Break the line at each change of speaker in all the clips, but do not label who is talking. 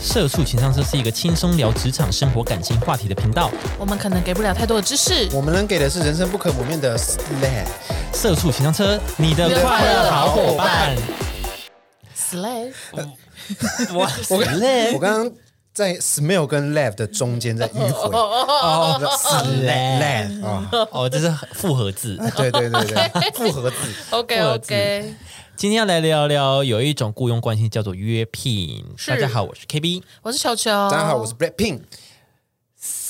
社畜情商车是一个轻松聊职场、生活、感情话题的频道。
我们可能给不了太多的知识。
我们能给的是人生不可磨灭的 slam。
社畜情商车，你的
你的
快
快
乐
乐
好
好
伙
伙
伴
伴。Slay，
我
我刚
累
我刚刚在 smell 跟 laugh 的中间在迂回
哦
，slam 啊，
哦，这是复合字。
对对对对，复合字
OK
或者自
OK，
今天要来聊聊有一种雇佣关系叫做约聘。
是
大家好，我是 KB。
我是球球。
大
大
家好，我是 Blackpink。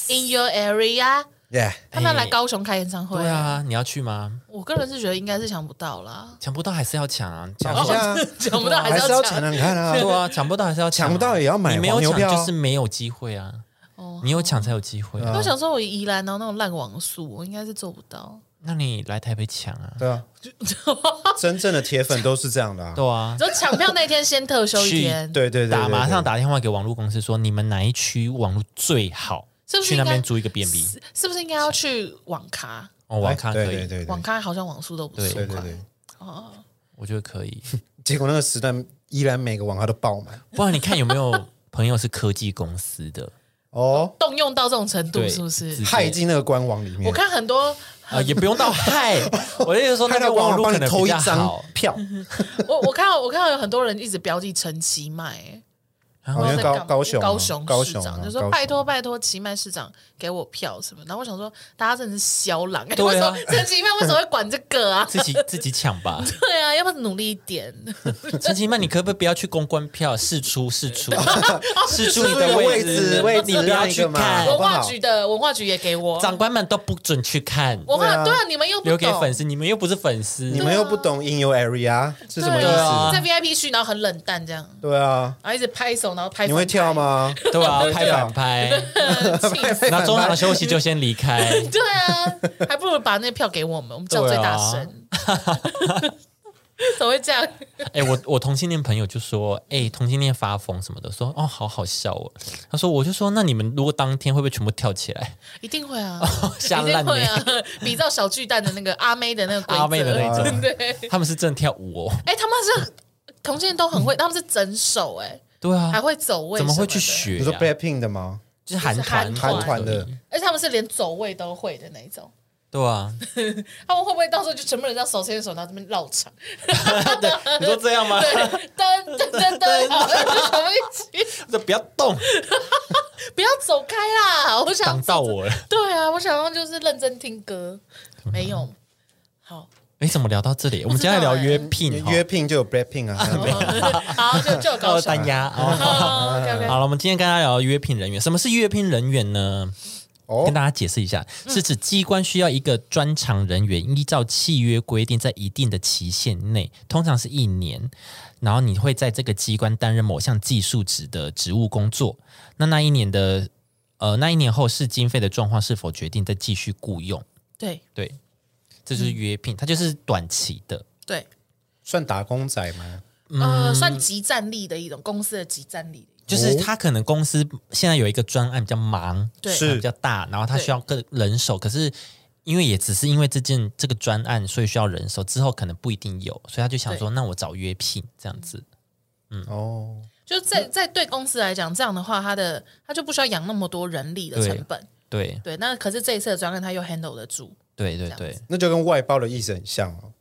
In Your Area。
Yeah，
他们要来高雄开演唱会，
哎
对，啊，你要去吗？
我个人是觉得应该是抢不到 啦，
抢不到还是要抢啊！
抢
到
一下，
抢不到还
还
是
是
要
要抢
抢。
啊！你看啊，
对啊，抢不到还是要抢啊，
抢不到也要买
你没有
黄牛
抢
票啊
就是没有机会啊。
哦
你有抢才有机会啊。
我想说，我宜兰然后那种烂网速，我应该是做不到。
那你来台北抢啊。
对啊，真正的铁粉都是这样的啊。
对啊，
就抢票那天先特休一天，
对对对，
打
对
马上，
对
打电话给网络公司说，你们哪一区网络最好？
是不是
去那
应
边
该
租一个 B B？
是不是应该要去网咖？
哦，
对
网咖可
对对
以，
对对
网咖好像网速都不错，
对对对。
哦，
我觉得可以。
结果那个时段依然每个网咖都爆满
不然你看有没有朋友是科技公司 的？
哦，
动用到这种程度
对
是不是
自？
害进那个官网里
我
面，
看很多
啊，也不用到害，我的意思是说那
害
个
到官
网
网
络
帮
可
你
能
偷
比
一
较
张
好。
票，
我我看到我看到有很多人一直标记陈其迈，欸
然
不
后
知道在
因为
干嘛
高高雄啊
高雄
高
市
雄啊
长就
高
说
雄
拜托拜托齐迈市长给我票什么，然后我想说大家真的是小狼，欸为
对
什
啊？
么陈其迈为什么会管这个啊
自己自己抢吧，
对啊，要不要努力一点？
陈其曼，你可不可以不要去公关票试出试 出
哦
试出你
试出你
的
的
位
位
置
置，位
你
置
不要
让一
去
个嘛
看，
文
好不好
化局的文化局也给我，
长官们都不准去看，
文化
对啊
对啊，你们又不
留给
懂
粉丝，你们又不是粉丝，
你们又不懂 in your area 是什么意
啊对
思？
啊
在 VIP 区，然后很冷淡这样，
对啊，
然后一直拍手，然后拍
你会
反拍
跳？吗？
对啊吧？拍反 拍，
气死
那中场休息就先离开。
对啊，还不如把那票给我们，我们叫最大声。
啊
怎么会这样？
哎、我我同性恋朋友就说，哎、同性恋发疯什么的，说哦，好好笑哦。他说，我就说，那你们如果当天会不会全部跳起来？
一定会啊，
吓
一
烂
定会
你！
啊！ 比照小巨蛋的那个阿妹的那个规则，
阿妹的那种
对。
他们是真的跳舞哦，
哎、他们是同性恋都很会，他们是整手哎、
对啊
还，会走位，
怎么会去？学、
你说
呀？
Blackpink 的吗？
就是韩团，
就是韩
韩团的，
而且他们是连走位都会的那一种。
对啊。
他们会不会到时候就全部人这样手牵着手，然后这边 绕场？
你说这样吗？
对，噔噔噔噔，好像就全部一起，
这不要动，
不要走开啦！我想
挡到我了。
对啊，我想要就是认真听歌，没有。好，
哎、怎么聊到这里？我们
不
今
知
天来
道哎
聊约
因为
聘哈，
约聘就有 Blackpink 啊，还
哦
有
好，就就有高
哦
手。
单压哦。
哦，OK，OK
好了，我们今天跟大家聊约聘人员。什么是约聘人员呢？
哦
跟，大家解释一下，是指机关需要一个专长人员依照契约规定，在一定的期限内，通常是一年，然后你会在这个机关担任某项技术职的职务工作。那那一年的呃，那一年后视经费的状况是否决定再继续雇佣？
对
对，这就是约聘，它就是短期的。
对，
算打工仔吗？
嗯
呃，算集战力的一种公司的集战力的一种。
就是他可能公司现在有一个专案比较忙，
对
是
比较大，然后他需要个人手，可是因为也只是因为这件这个专案，所以需要人手，之后可能不一定有，所以他就想说，那我找约聘这样子，嗯
哦，
就在在对公司来讲，这样的话，它的它就不需要养那么多人力的
对
成本。
对
对，那可是这一次的专案，它又 handle 得住。
对对
这
对
样
那就跟外包的意思很像哦。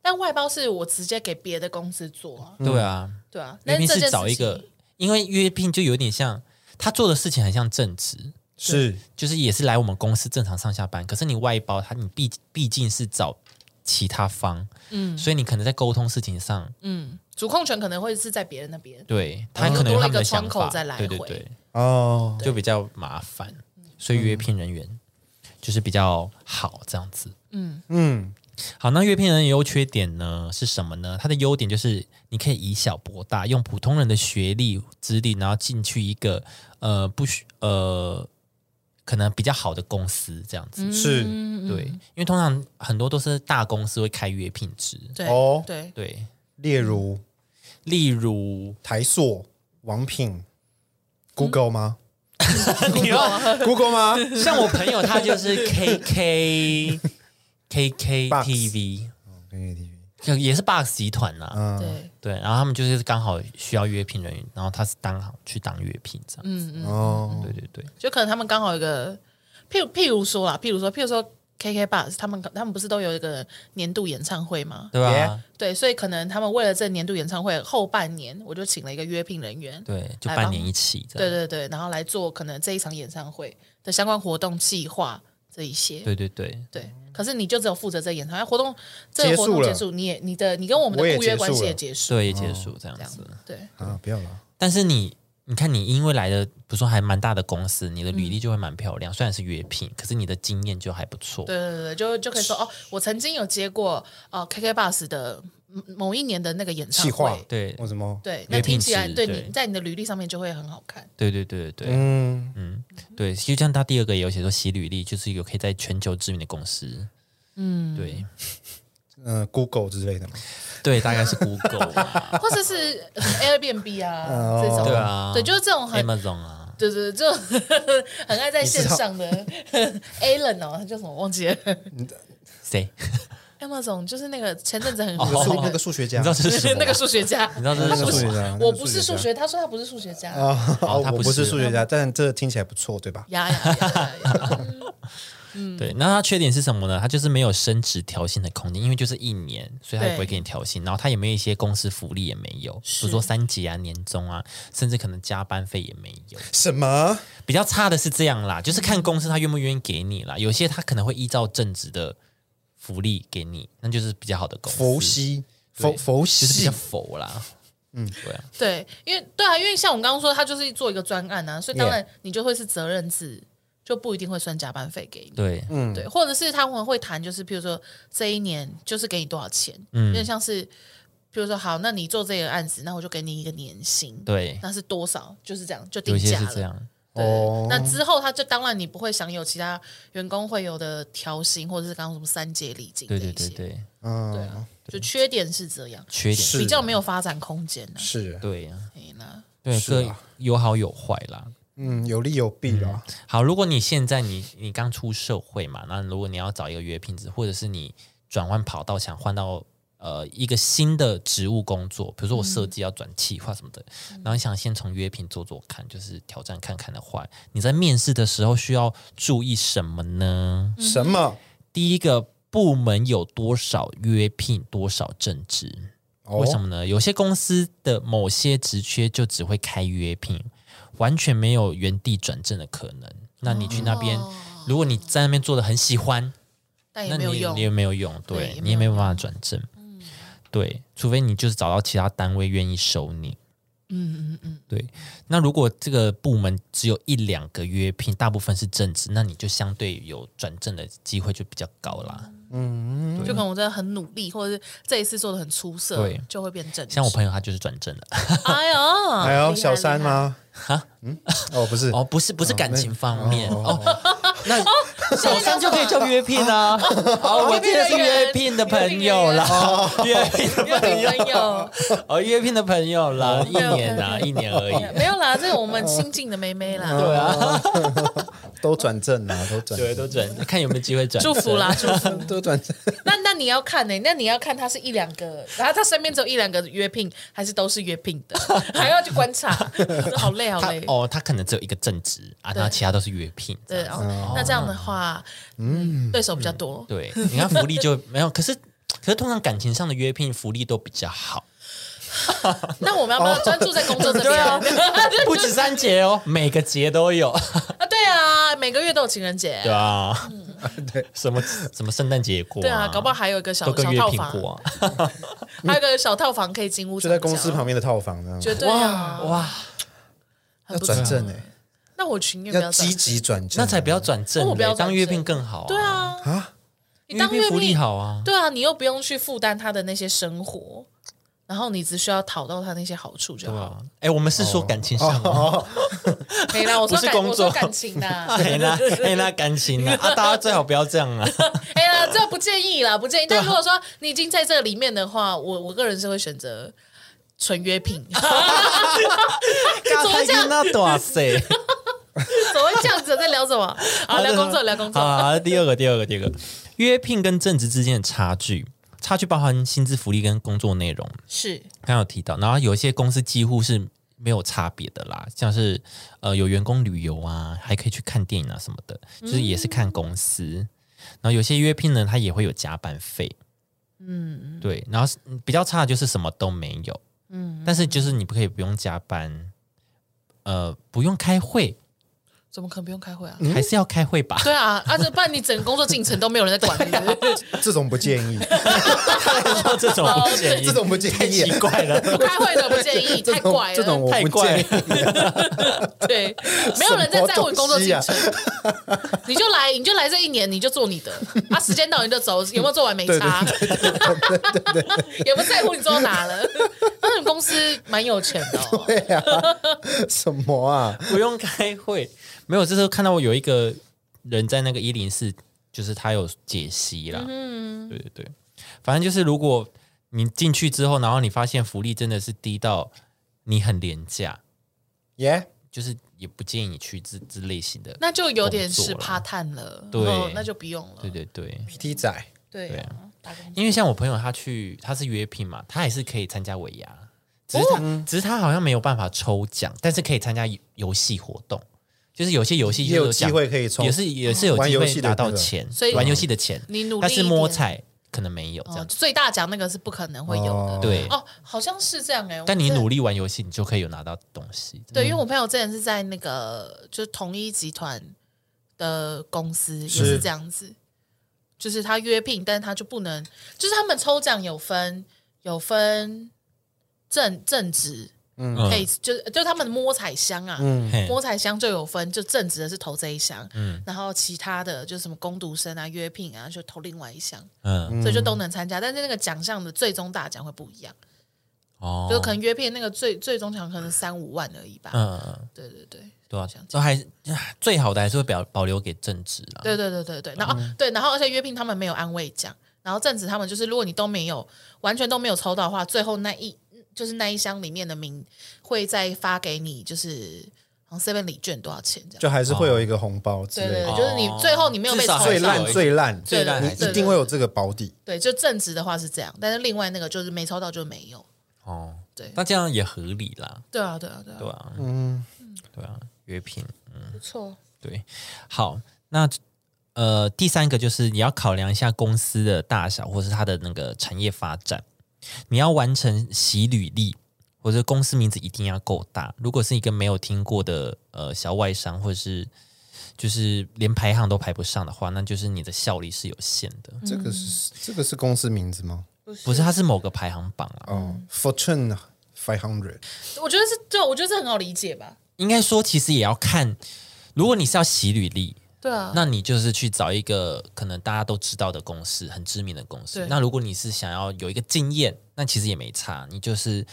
但外包是我直接给别的公司做啊，
对啊，
对啊。
约
但
聘
这件
是
事
找一个
情，
因为约聘就有点像他做的事情很像正职，
是
就是也是来我们公司正常上下班，可是你外包他，你毕毕竟是找其他方，嗯，所以你可能在沟通事情上。
嗯，主控权可能会是在别人那边。
对他
嗯
可能有他
多了
们
一个
的想
窗口
法，
再来
对对
回嗯
对，
哦，
就比较麻烦，所以约聘人员就是比较好这样子。
嗯，
好，那约聘人员优缺点呢是什么呢？它的优点就是你可以以小博大，用普通人的学历资历，然后进去一个呃不需呃可能比较好的公司这样子。
嗯
是
对，因为通常很多都是大公司会开约聘制，
对
哦
对，
对，
例如
例如
台塑、王
嗯
品、Google 吗
你要
？Google 吗？
像我朋友他就是 KK KK
Box
TV，
KKTV
可也是 Box 集团呐、
对，
对，然后他们就是刚好需要约聘人员，然后他是当好去当约聘这样，
嗯嗯，
哦，
对对对，
就可能他们刚好有一个，譬如譬如说啦，譬如说譬如说 KK Bus，他们他们不是都有一个年度演唱会吗？
对吧啊
Yeah
对，所以可能他们为了这年度演唱会后半年，我就请了一个约聘人员，
对，就
来
半
帮
年一起这
对
样，
对对，然后来做可能这一场演唱会的相关活动计划这一些。
对对对，
对，可是你就只有负责这演唱会活动，这
结
个
束
活动
了
结束，你也你的你跟我们的
我也
雇约
结
关
束
系也
了
结束，
所以结束这样
嗯这样
子。
子。对，
啊，不要了，
但是你，你看你因为来的不是说还蛮大的公司，你的履
嗯
历就会蛮漂亮，虽然是约聘，可是你的经验就还不错。
对对对对，就就可以说哦，我曾经有接过呃 KK Bus 的嗯某一年的那个演唱
气化
会，
对
我什么？
对，
约
那
聘
听起来
制
对
对
你在你的履历上面就会很好看。
对对对对对、
嗯，
对，就像他第二个也有写说，洗履历就是有可以在全球知名的公司。嗯，对
嗯，Google 之类的嘛，
对，大概是 Google 啊、
或者是 Airbnb 啊
哦哎
这种，
对啊
对，就是这种很
Amazon 啊，
对对，就很爱在线上的 Alan 哦，他叫什么忘记了
谁？
？Amazon 就是那个前阵子很
那个
红
数
的
那个数学
你
家
知道，哦这是什么吗
那个数学家，
你知道这
那
是
个数
什
学
么吗？
家，
我不是数
学
学，他说他不是数学家，
啊，
哦他
我
不
不是
是
数学家，但这听起来不错，对吧？
呀呀呀呀呀，
对，那它缺点是什么呢？它就是没有升职调薪的空间，因为就是一年，所以它也不会
对
给你调薪，然后它也没有一些公司福利也没有，比如说三节啊、年终啊，甚至可能加班费也没有。
什么？
比较差的是这样啦，就是看公司他愿不愿意给你啦。有些他可能会依照正职的福利给你，那就是比较好的公司。
佛系，佛佛
其实比
系
较，佛啦，嗯，对啊，
对，因为对啊，因为像我们刚刚说，他就是做一个专案啊，所以当然你就会是责任制，就不一定会算加班费给你。
对，
嗯
对，或者是他们会谈，就是譬如说这一年就是给你多少钱，
嗯
有点像是，譬如说好，那你做这个案子，那我就给你一个年薪，
对，
那是多少，就是这样，就定
有些
价
是
了。
这样，
对
哦
那之后他就当然你不会享有其他员工会有的调薪，或者是刚刚什么三节礼金这
对
一些，
对对对，
对
嗯，
啊，就缺点是这样，
缺点
是啊
比较没有发展空间呢、啊。
是，
对呀、啊，
哎那
对，
是
所以
啊
有好有坏啦。
嗯，有利有弊啦。
好，如果你现在你你刚出社会嘛，那如果你要找一个约聘制，或者是你转换跑道想换到呃一个新的职务工作，比如说我设计要转企划什么的，然后你想先从约聘做做看，就是挑战看看的话，你在面试的时候需要注意什么呢？
什么？
第一个部门有多少约聘，多少正职？
哦
为什么呢？有些公司的某些职缺就只会开约聘，完全没有原地转正的可能。那你去那边，如果你在那边做的很喜欢，
但
那
也哦哎
你
没有
也
用
你，也没有用，
对
对
也
你
没
也
有嗯
没有办法转正。对，除非你就是找到其他单位愿意收你。
嗯嗯嗯，
对，那如果这个部门只有一两个约聘，大部分是正职，那你就相对有转正的机会就比较高啦。
就可能我真的很努力，或者是这一次做的很出色
对，
就会变正。
像我，朋友他就是转正了。
哎呦，
还有
厉害
小三？啊吗？嗯，哦，不是，
哦，不是不是感情方面哦那
小
小三就哦可以叫约聘啊！哦，我记得是约聘的朋友啦，约聘的
厉害厉害有女朋友
哦，约聘的朋友啦，一年啦，一年而已。
没有啦，这个我们新进的妹妹啦，
对啊，
都转正啦，都转
对，
正，
都转，看有没有机会转。
祝福啦，祝福。
都转正。
那那你要看呢、欸那你要看他是一两个，然后他身边只有一两个约聘，还是都是约聘 的，还要去观察，好累好
他
累。
哦，他可能只有一个正职啊，然后其他都是约聘。
对，然后
哦
那这样的话，嗯，对手比较多。
对，你看福利就没有，可是可是通常感情上的约聘福利都比较好，嗯
那我们要不
哦
要专注在工作 这边？
啊不止三节哦，每个节都有。
啊， 对啊，每个月都有情人节，
对啊， 对，什么什么圣诞节也过，
对啊，搞不好还有一个小
都跟
小
约
套
聘
房，
过啊。
还有一个小套房可以进屋，
就在公司，旁边的套房呢，
绝对啊，
哇，
很
要
不错
转。正哎，
那我情愿不
要
要转
积极转正，
那才不要转正
那
嘞，
哦我不要转
当月聘
正
更好、啊。
对，啊，
啊！
你当
聘
月
福利
聘
好啊。
对啊，你又不用去负担他的那些生活，然后你只需要讨到他那些好处就
对
好。
啊，哎，我们是说感情上吗，
没啦，我说
不是
感
工
我
作
说感情啦，
哎 那哎那感情啊，啊大家最好不要这样啊。
哎呀，这不建议啦，不建议。
啊
但如果说你已经在这里面的话，我我个人是会选择纯约 聘，
怎
么 这样
那多 塞？
怎么会这样子？在聊 什么？啊，聊工作，聊工
好
作。
好，好第二个，第二个，第二个，约聘跟正职之间的差距。它去包含薪资福利跟工作内容，
是
刚刚有提到，然后有一些公司几乎是没有差别的啦，像是呃有员工旅游啊，还可以去看电影啊什么的，就是也是看公司。然后有些约聘呢，他也会有加班费，嗯，对。然后是嗯比较差的就是什么都没有，嗯，但是就是你不可以不用加班，呃，不用开会，
怎么可能不用开会啊？
还是要开会吧？
对啊，啊，这不然你整个工作进程都没有人在管你，
这种不建议，
说 这种不建议，
嗯哦这种不建
太
议
奇怪了，
不开会的不建议，
这
太
种
怪
这种
了。
我
太
不
怪
建议
了。
对，没有人在在乎你工作进程
什，
你就来，你就来这一年，你就做你的，啊，时间到你就走，有没有做完没差， 也不在乎你做到哪了。 那你们公司蛮有钱的哦，
什么啊？
不用开会，没有。这时候看到我有一个人在那个一零四，就是他有解析啦。嗯，对对对，反正就是如果你进去之后，然后你发现福利真的是低到你很廉价，
耶、
就是也不建议你去这这类型的。
那就有点是
工作了
怕探了，
对
哦那就不用了
对。对对，
PT 仔，
对
对
啊
啊，
打工
因为像我朋友他去他是约聘嘛，他也是可以参加尾牙，只是
哦
他、只是他好像没有办法抽奖，但是可以参加游游戏活动。就是有些游戏就
也有
奖
机会可以抽
也是也是有
玩
机
游
会
戏
拿
的那
到
个
钱，
所以
玩游戏的钱，
你努力
但
一
是
点
摸彩可能没有这
哦
样，子。
最大奖那个是不可能会有的。
哦
对，
哦，好像是这样哎、
但你
力。
努力玩游戏，你就可以有拿到东西。
对，因为我朋友之前是在那个就是统一集团的公司，也是
是
这样子，就是他约聘，但是他就不能，就是他们抽奖有分有分正正职，
嗯
可以就是就是他们的摸彩箱啊。
嗯，
嘿
摸彩箱就有分，就正职的是投这一箱，
嗯
然后其他的就是什么工读生啊、约聘啊，就投另外一箱，
嗯
所以就都能参加。但是那个奖项的最终大奖会不一样，
哦，
就可能约聘那个最最终奖可能三五万而已吧。
嗯嗯嗯
对对对，
对啊
想，
都还是最好的还是会保保留给正职啦。
对对对对对，然后、啊对，然后而且约聘他们没有安慰奖，然后正职他们就是如果你都没有完全都没有抽到的话，最后那一就是那一箱里面的名会再发给你，就是好像 seven 礼券多少钱这样。
就还是会有一个红包之
对
类
对
哦
的。
对，就是你最后你没有被
至
抽
少
到，
还
最
是有
烂最烂
最烂
你
还是
一定会有这个保底，
对，就正职的话是这样，但是另外那个就是没抽到就没有。
哦，
对
那这样也合理啦，
对啊，对啊，对啊，
对啊，
嗯，
对啊，约聘
不错。
对，好，那呃，第三个就是你要考量一下公司的大小，或是它的那个产业发展。你要完成洗履历，或者公司名字一定要够大。如果是一个没有听过的呃小外商，或者是就是连排行都排不上的话，那就是你的效力是有限的。
这个是这个是公司名字吗？
不是，它是某个排行榜啊。
哦，Fortune
嗯
Five Hundred，
我觉得是，对，我觉得这很好理解吧？
应该说，其实也要看，如果你是要洗履历，
对啊，
那你就是去找一个可能大家都知道的公司，很知名的公司
对。
那如果你是想要有一个经验，那其实也没差，你就是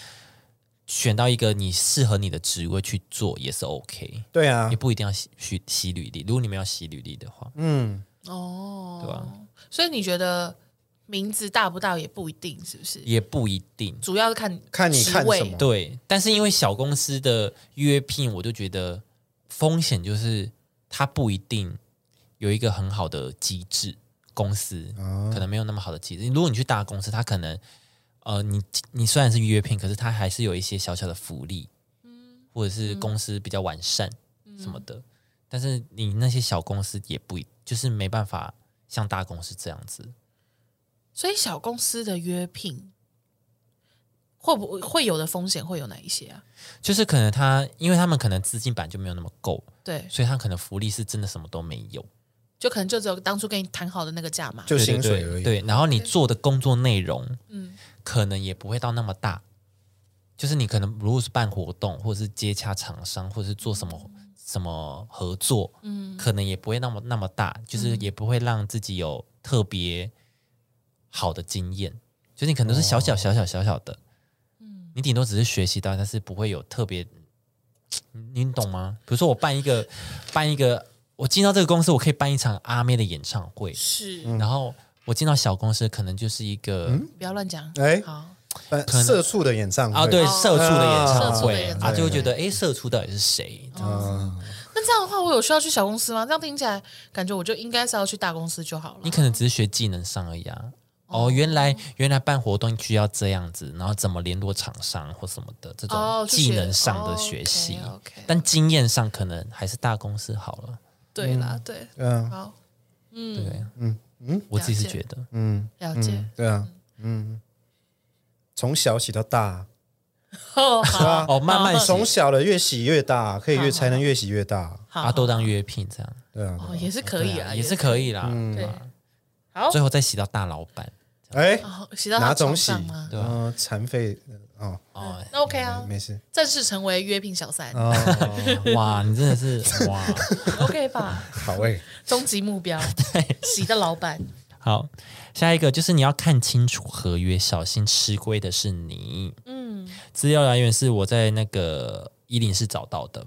选到一个你适合你的职位去做也是 OK，、
对啊
你，不一定要洗洗洗履历。如果你们要洗履历的话，
嗯，
哦，
对啊
所以你觉得名字大不大也不一定，是不是？
也不一定。
主要是看
看你
职
看
位
什么
对，但是因为小公司的约聘，我就觉得风险就是它不一定有一个很好的机制，公司可能没有那么好的机制。如果你去大公司，它可能呃，你你虽然是约聘，可是它还是有一些小小的福利，或者是公司比较完善什么的。但是你那些小公司也不一就是没办法像大公司这样子，
所以小公司的约聘会不会有的风险会有哪一些啊？
就是可能他因为他们可能资金本来就没有那么够，
对，
所以他可能福利是真的什么都没有。
就可能就只有当初跟你谈好的那个价嘛。
就
对
薪水
对
而已。
对，然后你做的工作内容，
嗯
可能也不会到那么大。就是你可能如果是办活动，或者是接洽厂商，或者是做什么什么合作，可能也不会那么那么大，就是也不会让自己有特别好的经验。就是你可能是小小
哦
小小小小的，你顶多只是学习到，但是不会有特别，你你懂吗？比如说我办一个办一个，我进到这个公司，我可以办一场阿妹的演唱会，
是，
嗯
然后我进到小公司，可能就是一个、
不要乱讲。
哎
好，
呃
可能
社畜的演唱会
啊，对，社畜的演唱
社畜的
会
演
啊，
唱
就会觉
会
得哎，社畜到底是谁？
啊，
那这样的话，我有需要去小公司吗？这样听起来感觉我就应该是要去大公司就好了
你。可能只是学技能上而已啊，哦，原来原来办活动需要这样子，然后怎么联络厂商或什么的这
哦
种
去
技
学
能上的学习，
哦，OK，OK
但经验上可能还是大公司好了。
对啦，对，
嗯
好，
对，嗯嗯，我自己是觉得，
嗯
了解
嗯，。对啊，嗯，从小洗到大，啊
哦，好，
哦，慢慢
从
从
小的越洗越大，可以越才能越洗越大。
阿豆啊当约聘这样，
对啊，
哦，也是哦可以
对
啊，
啊也是可以啦。
对
嗯，。
好，
最后再洗到大老板
哎，
哦洗到他
哪种
床
洗
上吗？？
对啊
嗯，残废哦，
哦，
那 OK 啊，
没事
正式成为约聘小三
嗯
哦，
哇，你真的 是哇，
，OK 吧？
好哎，
终极目标，洗的老板，
好，下一个就是你要看清楚合约，小心吃亏的是你。嗯，资料来源是我在那个伊林市找到的。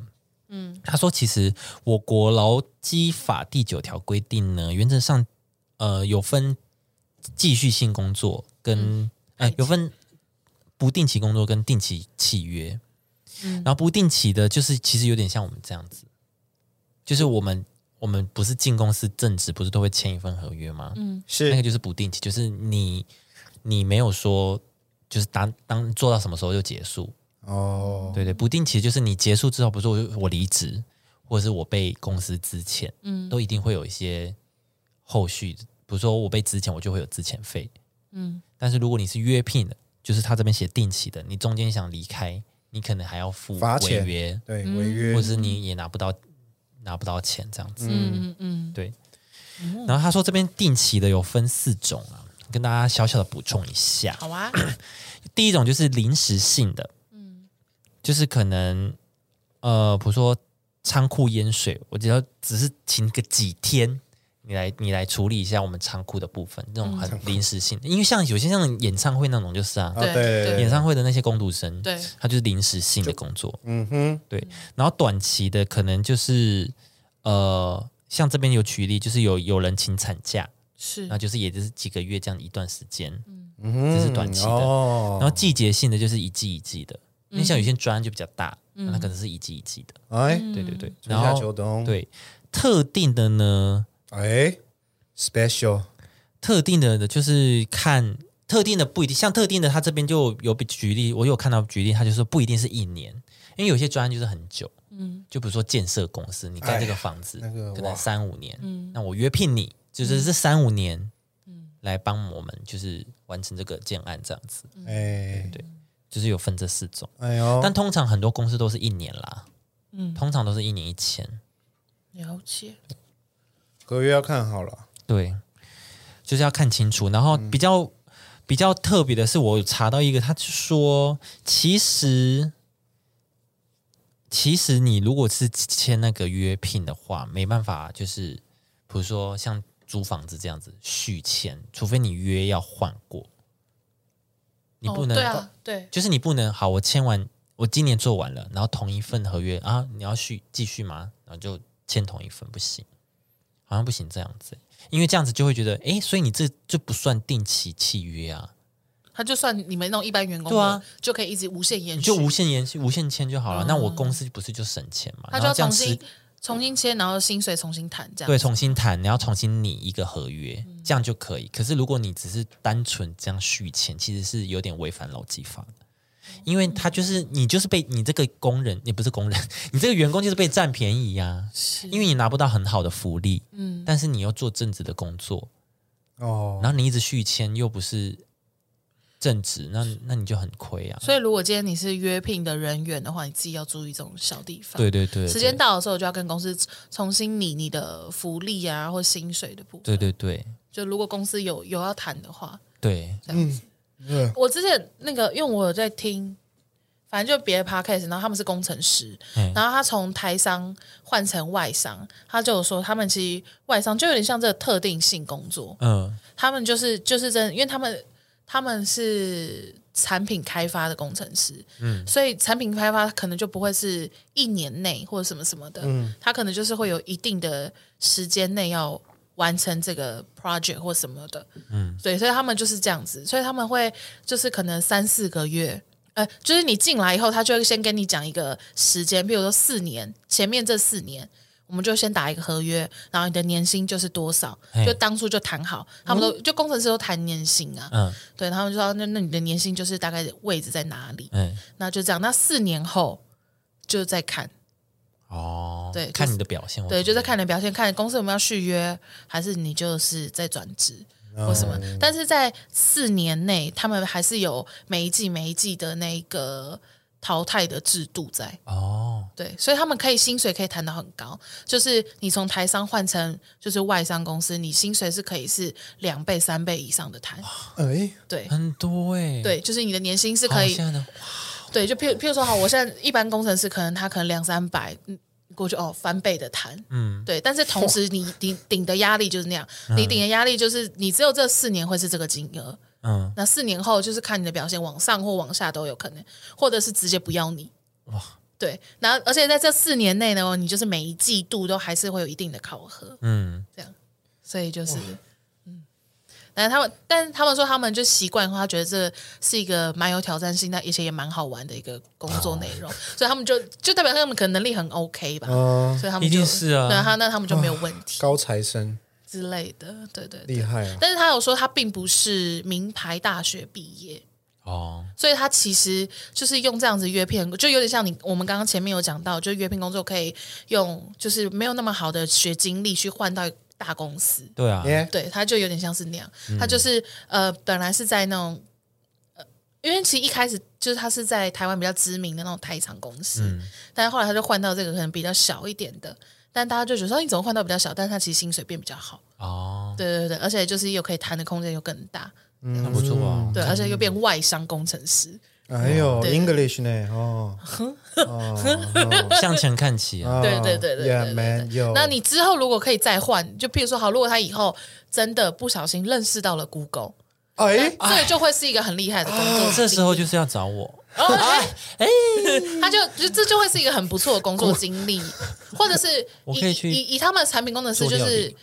嗯，他说其实我国劳基法第九条规定呢，原则上呃有分继续性工作跟、呃有分不定期工作跟定期契约。然后不定期的，就是其实有点像我们这样子，就是我们我们不是进公司正职，不是都会签一份合约吗？那个
是
就是不定期，就是你你没有说，就是当当做到什么时候就结束，
哦，
对对，不定期就是你结束之后，不是我我离职，或者是我被公司资遣，嗯，都一定会有一些后续，比如说我被资遣，我就会有资遣费，嗯，但是如果你是约聘的，就是他这边写定期的，你中间想离开，你可能还要付
罚
违
钱嗯
约，
对，
嗯
违
或
约
者是你也拿不到拿不到钱这样子，
嗯嗯
对。然后他说这边定期的有分四种啊，跟大家小小的补充一下
嗯，。好 啊，
第一种就是临时性的，嗯，就是可能呃，比如说仓库淹水，我只要只是请个几天。你来，你来处理一下我们仓库的部分，这种很临时性的，因为像有些像演唱会那种就是啊，
啊，
对
对
对
演
对，
唱会的那些工读生，
对
他就是临时性的工作，
嗯哼，
对，然后短期的可能就是呃，像这边有举例，就是有有人请产假，
是
那就是也就是几个月这样一段时间，
嗯哼，
这是短期的
哦
然后季节性的就是一季一季的，
嗯
因为像有些专案就比较大，那它可能是一季一季的，
哎，
对对对，
春
然
夏秋
后
冬，，
对特定的呢，
哎，special，
特定的就是看。特定的不一定，像特定的，他这边就有比举例，我有看到举例，他就说不一定是一年，因为有些专案就是很久，嗯，就比如说建设公司，你盖这个房子，
哎那个
可
哇
能三五年，那我约聘你，就是这三五年，来帮我们就是完成这个建案，这样子，
嗯
哎，
对，就是有分这四种，
哎呦，
但通常很多公司都是一年啦，
嗯
通常都是一年一签，
了解，
合约要看好了，
对，就是要看清楚，然后比较、比较特别的是，我有查到一个，他就说其实。其实你如果是签那个约聘的话，没办法，就是比如说像租房子这样子续签，除非你约要换过，你不
哦
能、
对啊，对，
就是你不能好，我签完，我今年做完了，然后同一份合约啊，你要续继续吗？然后就签同一份，不行，好像不行这样子，因为这样子就会觉得，诶，所以你这就不算定期契约啊，
他就算你们那种一般员工，
对啊，
就可以一直无限延
你
续，
就无限延续、无限签就好了。那我公司不是就省钱嘛？
嗯他
然
就
后
要
这样
重
子
新重新签，然后薪水重新谈，这样嗯
对重新谈，你要重新拟一个合约，这样就可以。可是如果你只是单纯这样续签，其实是有点违反劳基法的。因为他就是你，就是被你这个工人，也不是工人， 你这个员工就是被占便宜呀、
是
因为你拿不到很好的福利，嗯，但是你又做正职的工作，
哦，
然后你一直续签又不是正职，那那你就很亏啊。
所以如果今天你是约聘的人员的话，你自己要注意这种小地方。
对对对，对
时间，到的时候就要跟公司重新拟你的福利啊，或薪水的部分。
对对对
就如果公司有有要谈的话，
对，
这样子。我之前那个，因为我有在听，反正就别的 podcast，然后他们是工程师，
嗯
然后他从台商换成外商，他就有说他们其实外商就有点像这个特定性工作，
嗯
他们就是就是真的，因为他们他们是产品开发的工程师，嗯，所以产品开发可能就不会是一年内或者什么什么的，嗯，他可能就是会有一定的时间内要完成这个 project 或什么的，嗯，对，所以他们就是这样子，所以他们会就是可能三四个月。呃，就是你进来以后，他就会先跟你讲一个时间，比如说四年，前面这四年，我们就先打一个合约，然后你的年薪就是多少
嘿，
就当初就谈好，他们都、就工程师都谈年薪啊，
嗯
对，然后就说那那你的年薪就是大概位置在哪里，
嗯，
那就这样，那四年后就再看，
哦，
对
看
就是
你的表现，
对，
我觉
就
得
在看你的表现，看公司有没有要续约，还是你就是在转职或什么。但是在四年内，他们还是有每一季每一季的那个淘汰的制度在，
哦，
对，所以他们可以薪水可以谈到很高，就是你从台商换成就是外商公司，你薪水是可以是两倍三倍以上的谈，
哎，
对。
很多哎，
对，就是你的年薪是
好，
可以
现在的
对，就譬如譬如说，好，我现在一般工程师可能他可能两三百，嗯，过去哦翻倍的谈，
嗯
嗯，对。但是同时你顶顶的压力就是那样，你顶的压力就是你只有这四年会是这个金额，
嗯，
那四年后就是看你的表现往上或往下都有可能，或者是直接不要你。
哇，
对，然后而且在这四年内呢，你就是每一季度都还是会有一定的考核，
嗯，
所以就是，嗯，但他们，但是他们说他们就习惯的话，他觉得这是一个蛮有挑战性，但而且也蛮好玩的一个工作内容，所以他们就就代表他们可能能力很 OK 吧，
嗯，
所以他
啊一
们就
定是啊
对他那他们就没有问题
高材生
之类的，对对对。
厉害啊！
但是他有说他并不是名牌大学毕业，
哦，
所以他其实就是用这样子约聘，就有点像你我们刚刚前面有讲到，就约聘工作可以用就是没有那么好的学经历去换到大公司，
对啊，
耶，
对，他就有点像是那样，他
嗯
就是呃，本来是在那种，呃，因为其实一开始就是他是在台湾比较知名的那种台厂公司，
嗯
但是后来他就换到这个可能比较小一点的，但大家就觉得说哎你怎么换到比较小，但是他其实薪水变比较好，
哦，
对对对，而且就是又可以谈的空间又更大，
那不错啊，
对，而且又变外商工程师，
嗯哎呦
对对
，English 呢？ 哦，哦，
向前看齐啊，
哦
对对对对
，Yeah
对对
man，有
哦
对。那你之后如果可以再换，就譬如说好，如果他以后真的不小心认识到了 Google，
哎，
这个就会是一个很厉害的工作
嗯
经历，
啊这时候就是要找我， 哎
他就就这就会是一个很不错的工作经历，或者是
我
以
可以去
以以他们的产品工程师，
做
就
料
是
理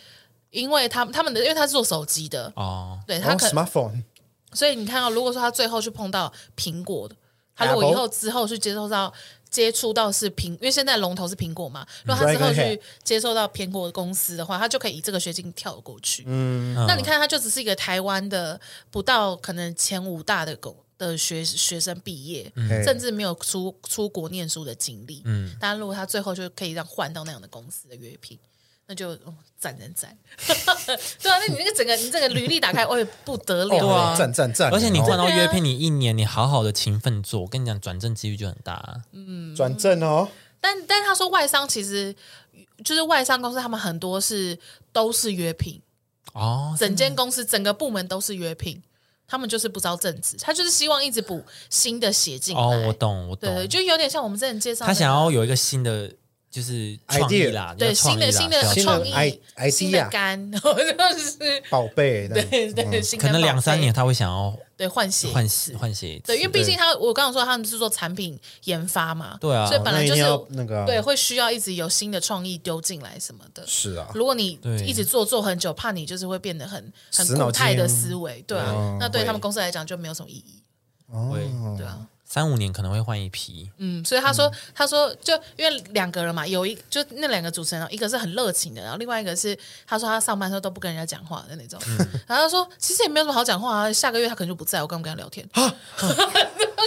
因为他他们的，因为他是做手机的，
哦，
对他
哦
可、
，smartphone，
所以你看到，如果说他最后去碰到苹果的，他如果
Apple
以后之后去接受到接触到是苹，因为现在龙头是苹果嘛，如果他之后
Dragon Head
去接受到苹果公司的话，他就可以以这个学经跳过去。
嗯，
那你看，他就只是一个台湾的不到可能前五大的公的学学生毕业，
嘿
甚至没有出出国念书的经历。嗯，但如果他最后就可以让换到那样的公司的约聘，那就哦赞赞赞！ 对啊，那你那个整个你整个履历打开，哦不得了，
对啊
赞赞赞！
而且你换
哦
到
对啊
约聘，你一年你好好的勤奋做，我跟你讲，转正几率就很大啊。
嗯
转正哦，
但但他说外商其实就是外商公司，他们很多是都是约聘，
哦，
整间公司整个部门都是约聘，他们就是不招正职，他就是希望一直补新的血进来。
哦，我懂，我
对嗯对，
懂，
就有点像我们之前介绍的
他想要有一个新的就是创意啦，
对
叫创
新
意啦
的新
不
的
要
新
讲
的
创意
i-
新的
idea
肝， 然后 就是
宝贝，这 样
对对，新
嗯
的
可能两
宝贝
三年他会想要
对换血
换血换血一次
对，因为毕竟他我刚刚说他们是做产品研发嘛，
对啊
所以本
哦那
来
一
就
定
是
要那个啊
对会需要一直有新的创意丢进来什么的。
是啊，
如果你
对
一直做做很久，怕你就是会变得很很
死脑
固态的
筋
思维，啊对啊，
嗯
那对
会
他们公司来讲就没有什么意义，
会
对啊。
三五年可能会换一批，
嗯，所以他说，他说就因为两个人嘛，有一就那两个主持人哦，一个是很热情的，然后另外一个是他说他上班的时候都不跟人家讲话的那种，然后他说其实也没有什么好讲话啊，下个月他可能就不在，我干不跟他聊天？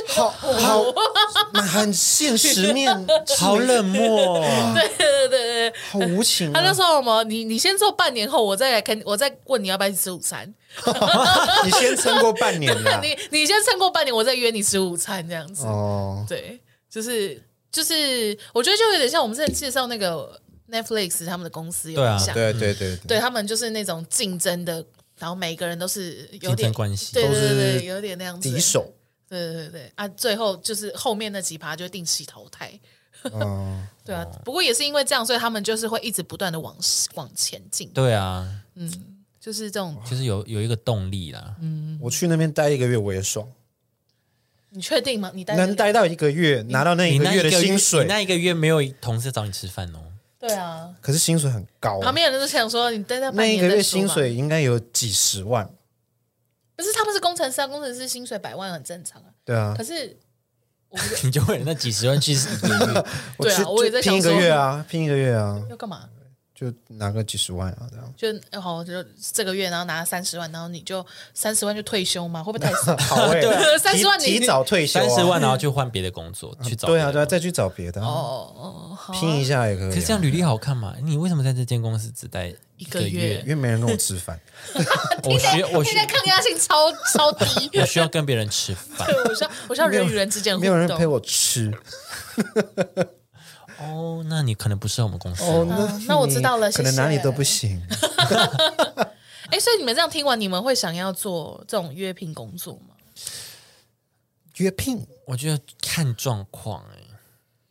好好，蛮很现 实面，
好冷漠哦，
对对对对对，
好无情
他
啊
就！说什么你你先做半年后，我再来跟我再问你要不要一起吃午餐，，
你先撑过半年啊 啦
你你先撑过半年，我再约你吃午餐这样子，
哦，
对，就是就是，我觉得就有点像我们之前介绍那个 Netflix 他们的公司有
对啊
点像，
对对对
对他们就是那种竞争的，然后每个人都是有
竞
点
争关系
对
都
对
是
对对，有点那样子
敌，手，
对对对对啊，最后就是后面那几趴就定期淘汰，
嗯，
对啊，不过也是因为这样，所以他们就是会一直不断的往往前进，
对啊，
就是这种，
就是有有一个动力啦，
嗯
我去那边待一个月我也爽，
你确定吗？你待
能
得
待到一个月，拿到那一
你
个
那一
月
个
的薪
你
水，
那一个月没有同事找你吃饭哦，
对啊，
可是薪水很高啊，
旁边有人都想说你待到
那
半
一
年
个
再
月
说
薪
嘛，
水应该有几十万，
不是他们是工程师，啊，工程师薪水百万很正常啊，
对啊
可，是
你就为了那几十 万去死一个月
对啊
去
我也
就
在想
拼一个
说
月啊，拼一个月啊，
要干嘛？
就拿个几十万啊，这样。
就然后就这个月，然后拿三十万，然后你就三十万就退休吗？会不会 太少？
好 哎、
对
提
30万你
提早退休、啊，
三十万，然后去换别的工作去找。
对啊，对啊，。再去找别的、啊，
哦哦，好啊
拼一下也可以、啊。
可是这样履历好看吗？你为什么在这间公司只待
一
一
个
个
月
因？为没人跟我吃饭，
我需我需
现在抗压性超超低。
我需要跟别人吃饭
对，我需要 我需要人与人之间的
没有
互
人陪
动。
我吃。
哦。那你可能不适合我们公司。啊
哦，
嗯那我知道了
你
谢
可能
谢
哪里都不行。
哎，所以你们这样听完，你们会想要做这种约聘工作吗？
约 聘
我觉得看状况哎、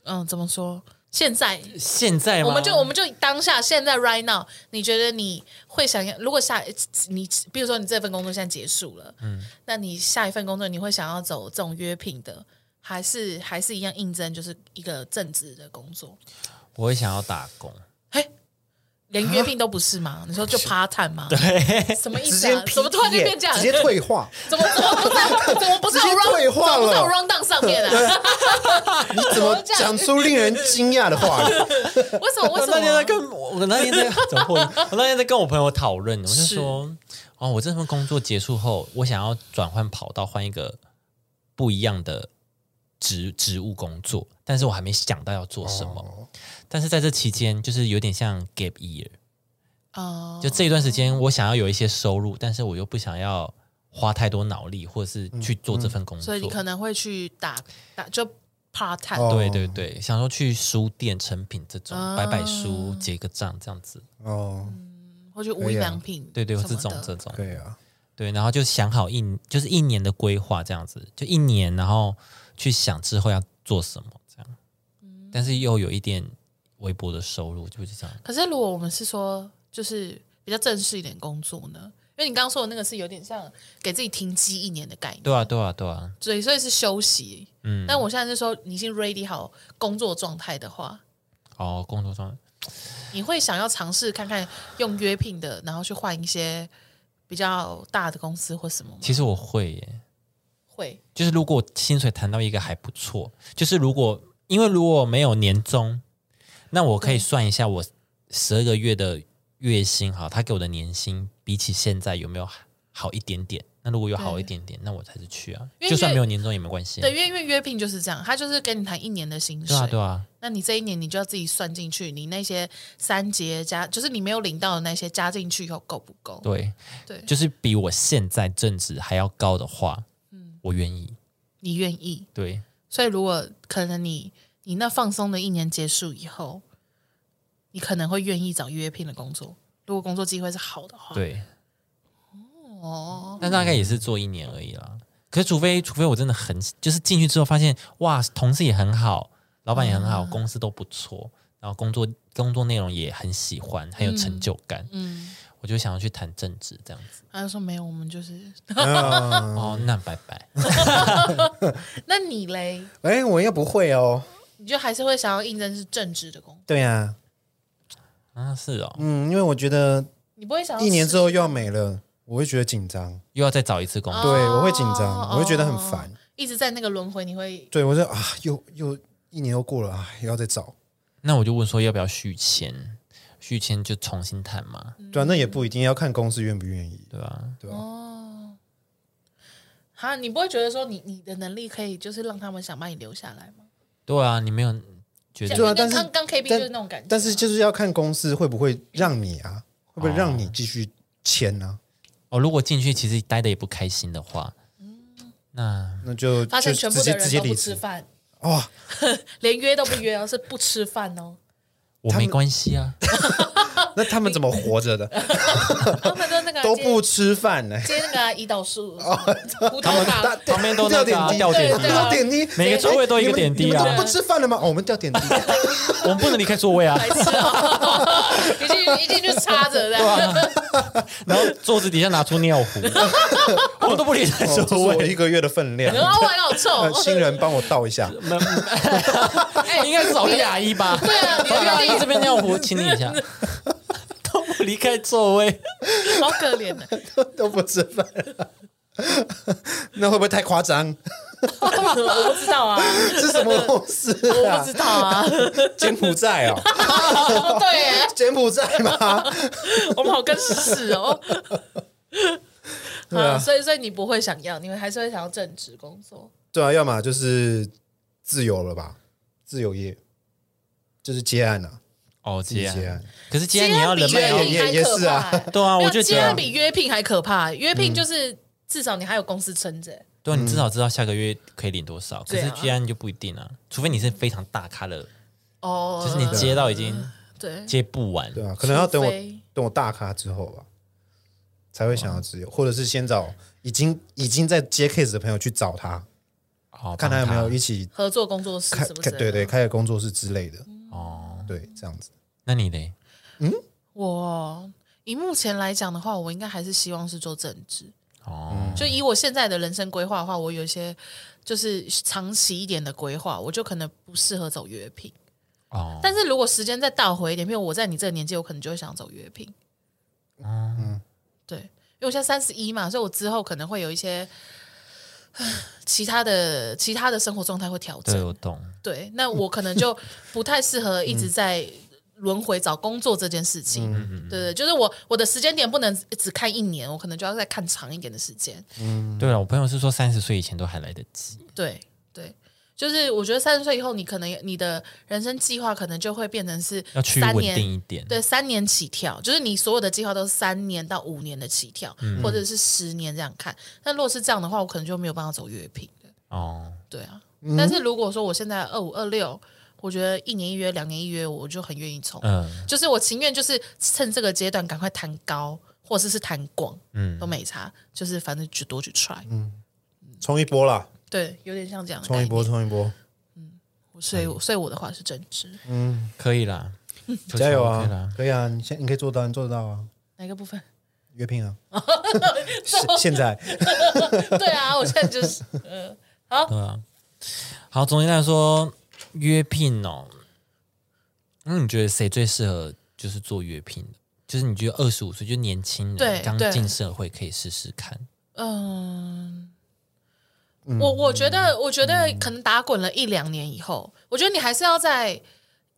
嗯，怎么说？现在
现在吗
我们就我们就当下现在 right now，你觉得你会想要？如果下你比如说你这份工作现在结束了，嗯，那你下一份工作你会想要走这种约聘的，还是还是一样应征就是一个正职的工作？
我会想要打工，
连约聘都不是 吗？你说就 part time 吗？对，什么意
直
思
接
啊？
劈
怎么突然就
耶
变这样？
直接 退化，
怎么怎么不在怎么不在
直接
round
退化
怎么不在
了
round down 上面啊？
你怎么
这样
讲出令人惊讶的话语？
为什么为
我
什
那天在
么？
跟我我那天 在怎么破音？我那天在跟我朋友讨论，我就说，哦，我这份工作结束后，我想要转换跑道，换一个不一样的职职务工作，但是我还没想到要做什么。但是在这期间，就是有点像 gap year，
哦
就这一段时间，我想要有一些收入，但是我又不想要花太多脑力，或者是去做这份工作。
嗯所以你可能会去打打就 part time，、
哦
对对对，想说去书店、成品这种
啊
摆摆书、结个账这样子，
哦，
或者无印良
啊
品，
对对，
什
这
么的
种这种，
可以啊，
对，然后就想好一就是一年的规划这样子，就一年，然后去想之后要做什么这样，
嗯
但是又有一点微薄的收入，就是这样。
可是如果我们是说就是比较正式一点工作呢？因为你刚刚说的那个是有点像给自己停机一年的概念，
对啊，对啊，对啊，
所以所以是休息。嗯，但我现在是说你已经 ready 好工作状态的话，
哦，工作上
你会想要尝试看看用约聘的，然后去换一些比较大的公司或什么吗？
其实我会耶，
会
就是如果薪水谈到一个还不错，就是如果因为如果没有年终，那我可以算一下我十二个月的月薪，好，他给我的年薪比起现在有没有好一点点？那如果有好一点点，那我才是去啊，
因为
就算没有年终也没关系啊、
对，因为因为约聘就是这样，他就是跟你谈一年的薪水，
对啊，对啊，
那你这一年你就要自己算进去，你那些三节加，就是你没有领到的那些加进去以后够不够？
对，
对，
就是比我现在正值还要高的话，我愿意。
你愿意。
对，
所以如果可能你你那放松的一年结束以后，你可能会愿意找约聘的工作，如果工作机会是好的话。，
对，
哦，
但大概也是做一年而已啦。可是除非除非我真的很就是进去之后发现哇，同事也很好，老板也很
嗯
好，公司都不错，然后工作工作内容也很喜欢，很有成就感，
嗯，
我就想要去谈政治这样子。
他就说没有，我们就是。嗯
啊，
哦，那拜拜。
那你嘞？
哎，我又不会哦。
你就还是会想要应征是正职的工作，
对啊，
啊，是哦，
嗯，因为我觉得
你不会想要
一年之
后
后又要没了，我会觉得紧张，
又要再找一次工作。
嗯
对
哦
我会紧张，我会觉得很烦。
一直在那个轮回，你会
对我就啊，又又一年又过了啊，又要再找。
那我就问说要不要续签？续签就重新谈嘛，
嗯
对啊，那也不一定要看公司愿不愿意，
对吧、
对吧？
哦，哈，你不会觉得说你你的能力可以就是让他们想把你留下来吗？
对啊，你没有觉得
像
对
因
啊
为
但是
刚刚 KB 就
但
是那种感觉啊，
但是就是要看公司会不会让你啊，会不会让你继续签啊？
哦，如果进去其实待的也不开心的话，那
那就
发
就
现全部
直
的
接
人
直接
都不
离
吃
职
饭，
哇！
连约都不约哦，是不吃饭哦。
我没关系 啊。
那他们怎么活着的？
他们都那个啊
都
接
不哦吃饭呢、
接那个啊胰岛 素，葡萄
那
糖，
旁边都那
掉
个啊
点滴，啊
吊点
滴
掉点滴，
每个座位都一个点滴啊
你们你们都不吃饭了吗？哦，我们掉点滴，
我们不能离开座位啊，
白痴哦， 一进一进去插 着
啊
的，
然后桌子底下拿出尿壶， 我们都不离开
哦这 是
座
我
位。
一个月的分量。
然后味哦道好
呃
臭，
新人帮我倒一下，
哎
应该是找个牙医吧？对
啊你的
牙医这边尿壶清理一下， 都不离开座位。
好可怜的。啊
都不吃饭，那会不会太夸张？
哦我不知道啊，
是什么公司
我
啊
不知？道 啊，
柬埔寨哦，
对耶，
柬埔寨吗？
我们好跟时事哦。
对啊
啊，所以所以你不会想要，你们还是会想要正职工作。
对啊，要么就是自由了吧，自由业就是接案啊，
哦，
自己
接
接
案
案。。
可是接案你要人
比
脉
约
要
也
聘
也
还可
也是啊嗯
怕欸。
对啊，
没有
我就觉
接案
得，
比约聘还可怕，欸约聘就是至少你还有公司撑着。欸
对啊，你至少知道下个月可以领多少。可
对
是
啊
接案就不一定嗯啊，嗯除非你是非常大咖的，
哦，
就是你接到已经
对
接不完。
对啊，可能要等我
除非
等我大咖之后吧，才会想要自由，或者是先找已经已经在接 case 的朋友去找他，
哦，
看他有没有
帮
一起
合作工作室
开
什么之嗯
开
类的。
对对开个工作室之类的，
嗯
哦，
对这样子。
那你嘞？
我以目前来讲的话，我应该还是希望是做正职。
哦，
就以我现在的人生规划的话，我有一些就是长期一点的规划，我就可能不适合走约聘。
哦，
但是如果时间再倒回一点，譬如我在你这个年纪，我可能就会想走约聘。对，因为我现在三十一嘛，所以我之后可能会有一些唉其他的其他的生活状态会调
对
整。
我懂。
对，那我可能就不太适合一
嗯
直在轮回找工作这件事情。对对，就是我我的时间点不能只看一年，我可能就要再看长一点的时间。
对啊了，我朋友是说三十岁以前都还来得及。
对对，就是我觉得三十岁以后，你可能你的人生计划可能就会变成是
要去
三
稳
年
定一点，
对，三年起跳，就是你所有的计划都是三年到五年的起跳，
嗯
或者是十年这样看。那如果是这样的话，我可能就没有办法走月聘的。
哦，
对啊，
嗯
但是如果说我现在二五二六，我觉得一年一约、两年一约，我就很愿意冲。
嗯
就是我情愿就是趁这个阶段赶快谈高，或者是谈广，
嗯
都，没差。就是反正就多去 try，、
冲一波啦，
对，有点像这样的概
嗯冲一
念。
波，嗯冲一波，
所以我所以我的话是正职，
嗯
可以啦，求
加油
求 OK 啦
啊！可以啊，你现你可以做到，你做得到啊，
哪一个部分？
约聘啊，现现在
对啊，我现在就是呃，好，
对啊。好，总结来说，约聘哦，那你觉得谁最适合就是做约聘的？就是你觉得二十五岁就年轻
对
人刚
对
进社会可以试试看，
嗯，
嗯
我我觉得，我觉得可能打滚了一两年以后，我觉得你还是要在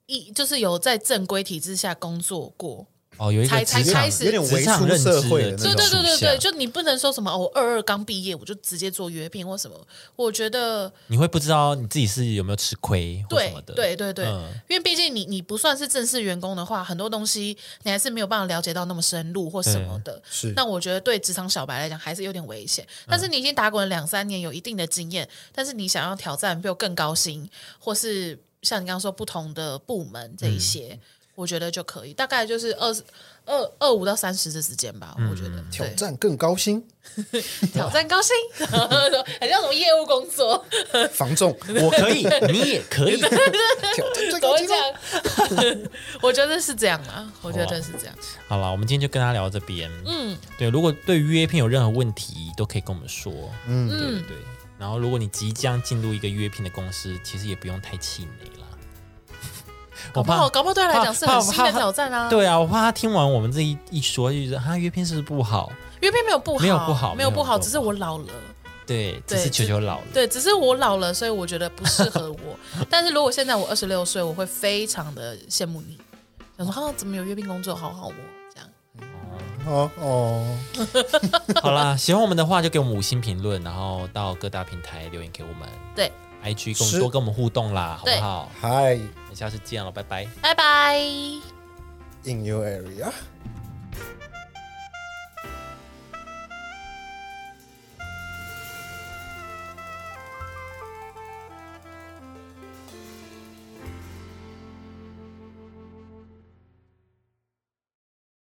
一就是有在正规体制下工作过。
哦，有一个
才才
职场
开始
有点
职
为
场
出
认知
社
的
会的
这
对
种
对
那
对
种，
对
属下
对，就你不能说什么哦，我二二刚毕业我就直接做约聘或什么。我觉得
你会不知道你自己是有没有吃亏或什
对
么的，
对对对，
嗯
因为毕竟你你不算是正式员工的话，很多东西你还是没有办法了解到那么深入或什么的。
是
那我觉得对职场小白来讲还是有点危险。
嗯
但是你已经打滚了两三年，有一定的经验，但是你想要挑战，比如更高薪，或是像你刚刚说不同的部门这一些，
嗯
我觉得就可以。大概就是二十二二五到三十这之间吧，我觉
嗯
得
挑
对
战更高薪，
挑战高薪， 很像什么业务工作，
防重，
我可以，你也可以。
挑战最
怎么
高
会
薪
这
吗。
样？ 我觉得是这样啊，我觉得是这样。
好了，我们今天就跟他聊到这边。嗯，对，如果对约聘有任何问题，都可以跟我们说。嗯，对对对。然后，如果你即将进入一个约聘的公司，其实也不用太气馁啦。
搞
我
不
怕
好，，搞不好对他来讲是很新的
怕怕
挑战啊。，
对啊，我怕他听完我们这一一说，就觉得啊，约聘是不是不好？
因为并没有不好，
没有不好
没有不
没有不好
好，只是我老了。
对，只
对
是球
这
球老了。
对，只是我老了，所以我觉得不适合 我。但是如果现在我二十六岁，我会非常的羡慕你，想说啊，怎么有约聘工作，好好哦，这样。
哦哦，
好啦， 喜欢我们的话就给我们五星评论，然后到各大平台留言给我们
对，
，IG 跟我
是
们多跟我们互动啦，好
对
不好？
嗨
那下次见了，拜拜。
拜拜。
，in your area。